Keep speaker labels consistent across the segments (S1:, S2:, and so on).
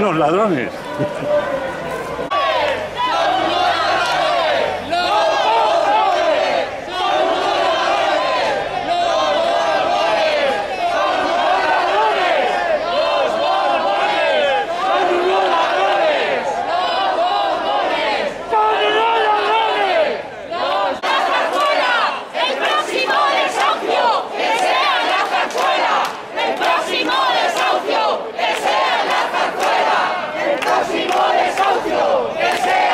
S1: los ladrones.
S2: próximo desahucio, que sea la zarzuela, el próximo desahucio.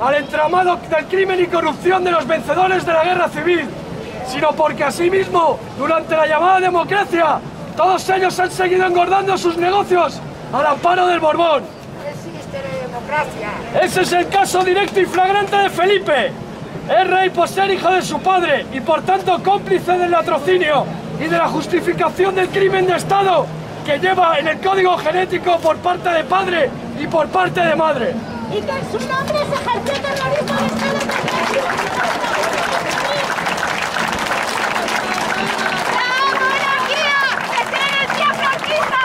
S3: al entramado del crimen y corrupción de los vencedores de la guerra civil, sino porque asimismo, durante la llamada democracia, todos ellos han seguido engordando sus negocios al amparo del Borbón.
S4: Existe la democracia.
S3: Ese es el caso directo y flagrante de Felipe. Es rey por ser hijo de su padre y por tanto cómplice del latrocinio y de la justificación del crimen de Estado que lleva en el código genético por parte de padre y por parte de madre.
S2: y que en su nombre se ejerció terrorismo de este Estado contra el pueblo. ¡La monarquía es herencia franquista!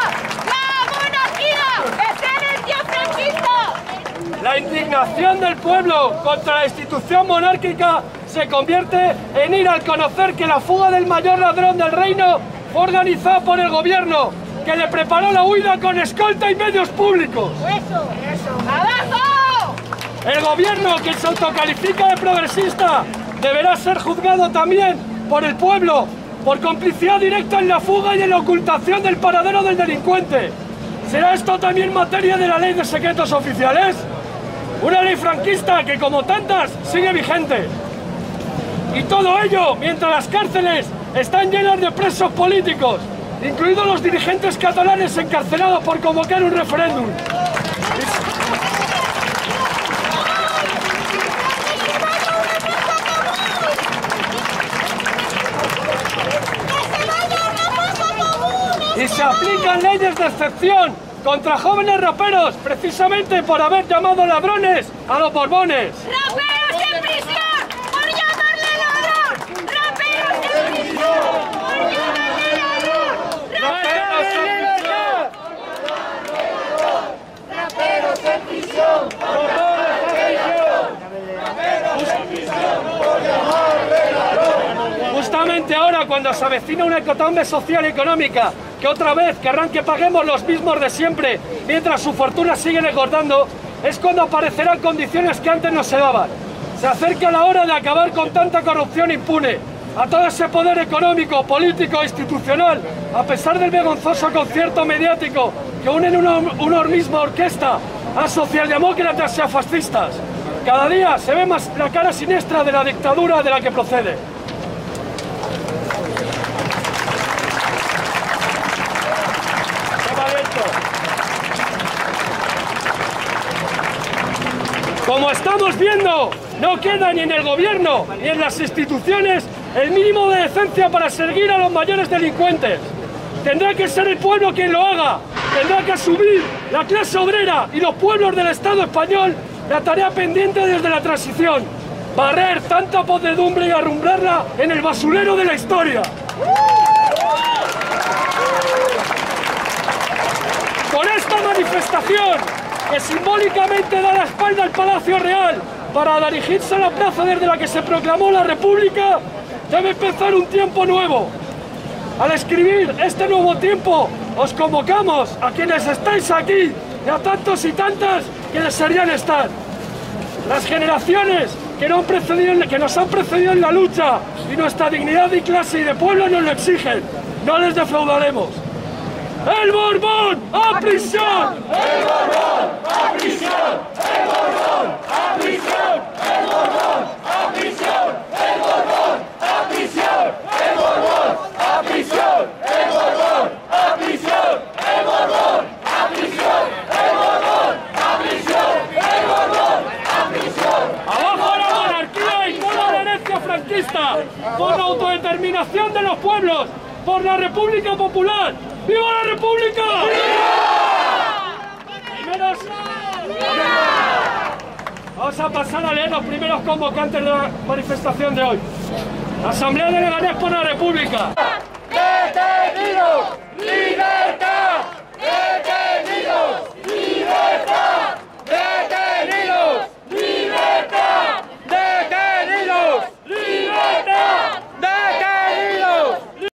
S2: ¡La monarquía es herencia franquista!
S3: La indignación del pueblo contra la institución monárquica se convierte en ir al conocer que la fuga del mayor ladrón del reino fue organizada por el gobierno, que le preparó la huida con escolta y medios públicos.
S2: ¡Eso! ¡Abajo!
S3: El gobierno que se autocalifica de progresista deberá ser juzgado también por el pueblo por complicidad directa en la fuga y en la ocultación del paradero del delincuente. ¿Será esto también materia de la ley de secretos oficiales? Una ley franquista que como tantas sigue vigente. Y todo ello mientras las cárceles están llenas de presos políticos, incluidos los dirigentes catalanes encarcelados por convocar un referéndum. y se aplican leyes de excepción contra jóvenes raperos precisamente por haber llamado ladrones a los borbones.
S2: ¡Raperos en prisión por llamarle ladrón! ¡Raperos en prisión por llamarle ladrón!
S3: ¡Raperos en prisión! Justamente ahora, cuando se avecina una hecatombe social y económica, que otra vez querrán que paguemos los mismos de siempre, mientras su fortuna sigue engordando, es cuando aparecerán condiciones que antes no se daban. Se acerca la hora de acabar con tanta corrupción impune, a todo ese poder económico, político, e institucional, a pesar del vergonzoso concierto mediático que une en una, una misma orquesta a socialdemócratas y a fascistas. Cada día se ve más la cara siniestra de la dictadura de la que procede. Toma viento. Como estamos viendo, no queda ni en el gobierno ni en las instituciones el mínimo de decencia para seguir a los mayores delincuentes. Tendrá que ser el pueblo quien lo haga. Tendrá que asumir la clase obrera y los pueblos del Estado español la tarea pendiente desde la transición. Barrer tanta podredumbre y arrumbrarla en el basurero de la historia. Con esta manifestación, que simbólicamente da la espalda al Palacio Real para dirigirse a la plaza desde la que se proclamó la República, debe empezar un tiempo nuevo. Al escribir este nuevo tiempo, os convocamos a quienes estáis aquí y a tantos y tantas que desearían estar. Las generaciones que, no han precedido en- que nos han precedido en la lucha y nuestra dignidad y clase y de pueblo nos lo exigen. No les defraudaremos. ¡El Borbón a prisión! ¡Abajo la monarquía y toda la herencia franquista! ¡Por la autodeterminación de los pueblos! ¡Por la República Popular! ¡Viva la República! Primeros- Vamos a pasar a leer los primeros convocantes de la manifestación de hoy. Asamblea de Leganés por la República.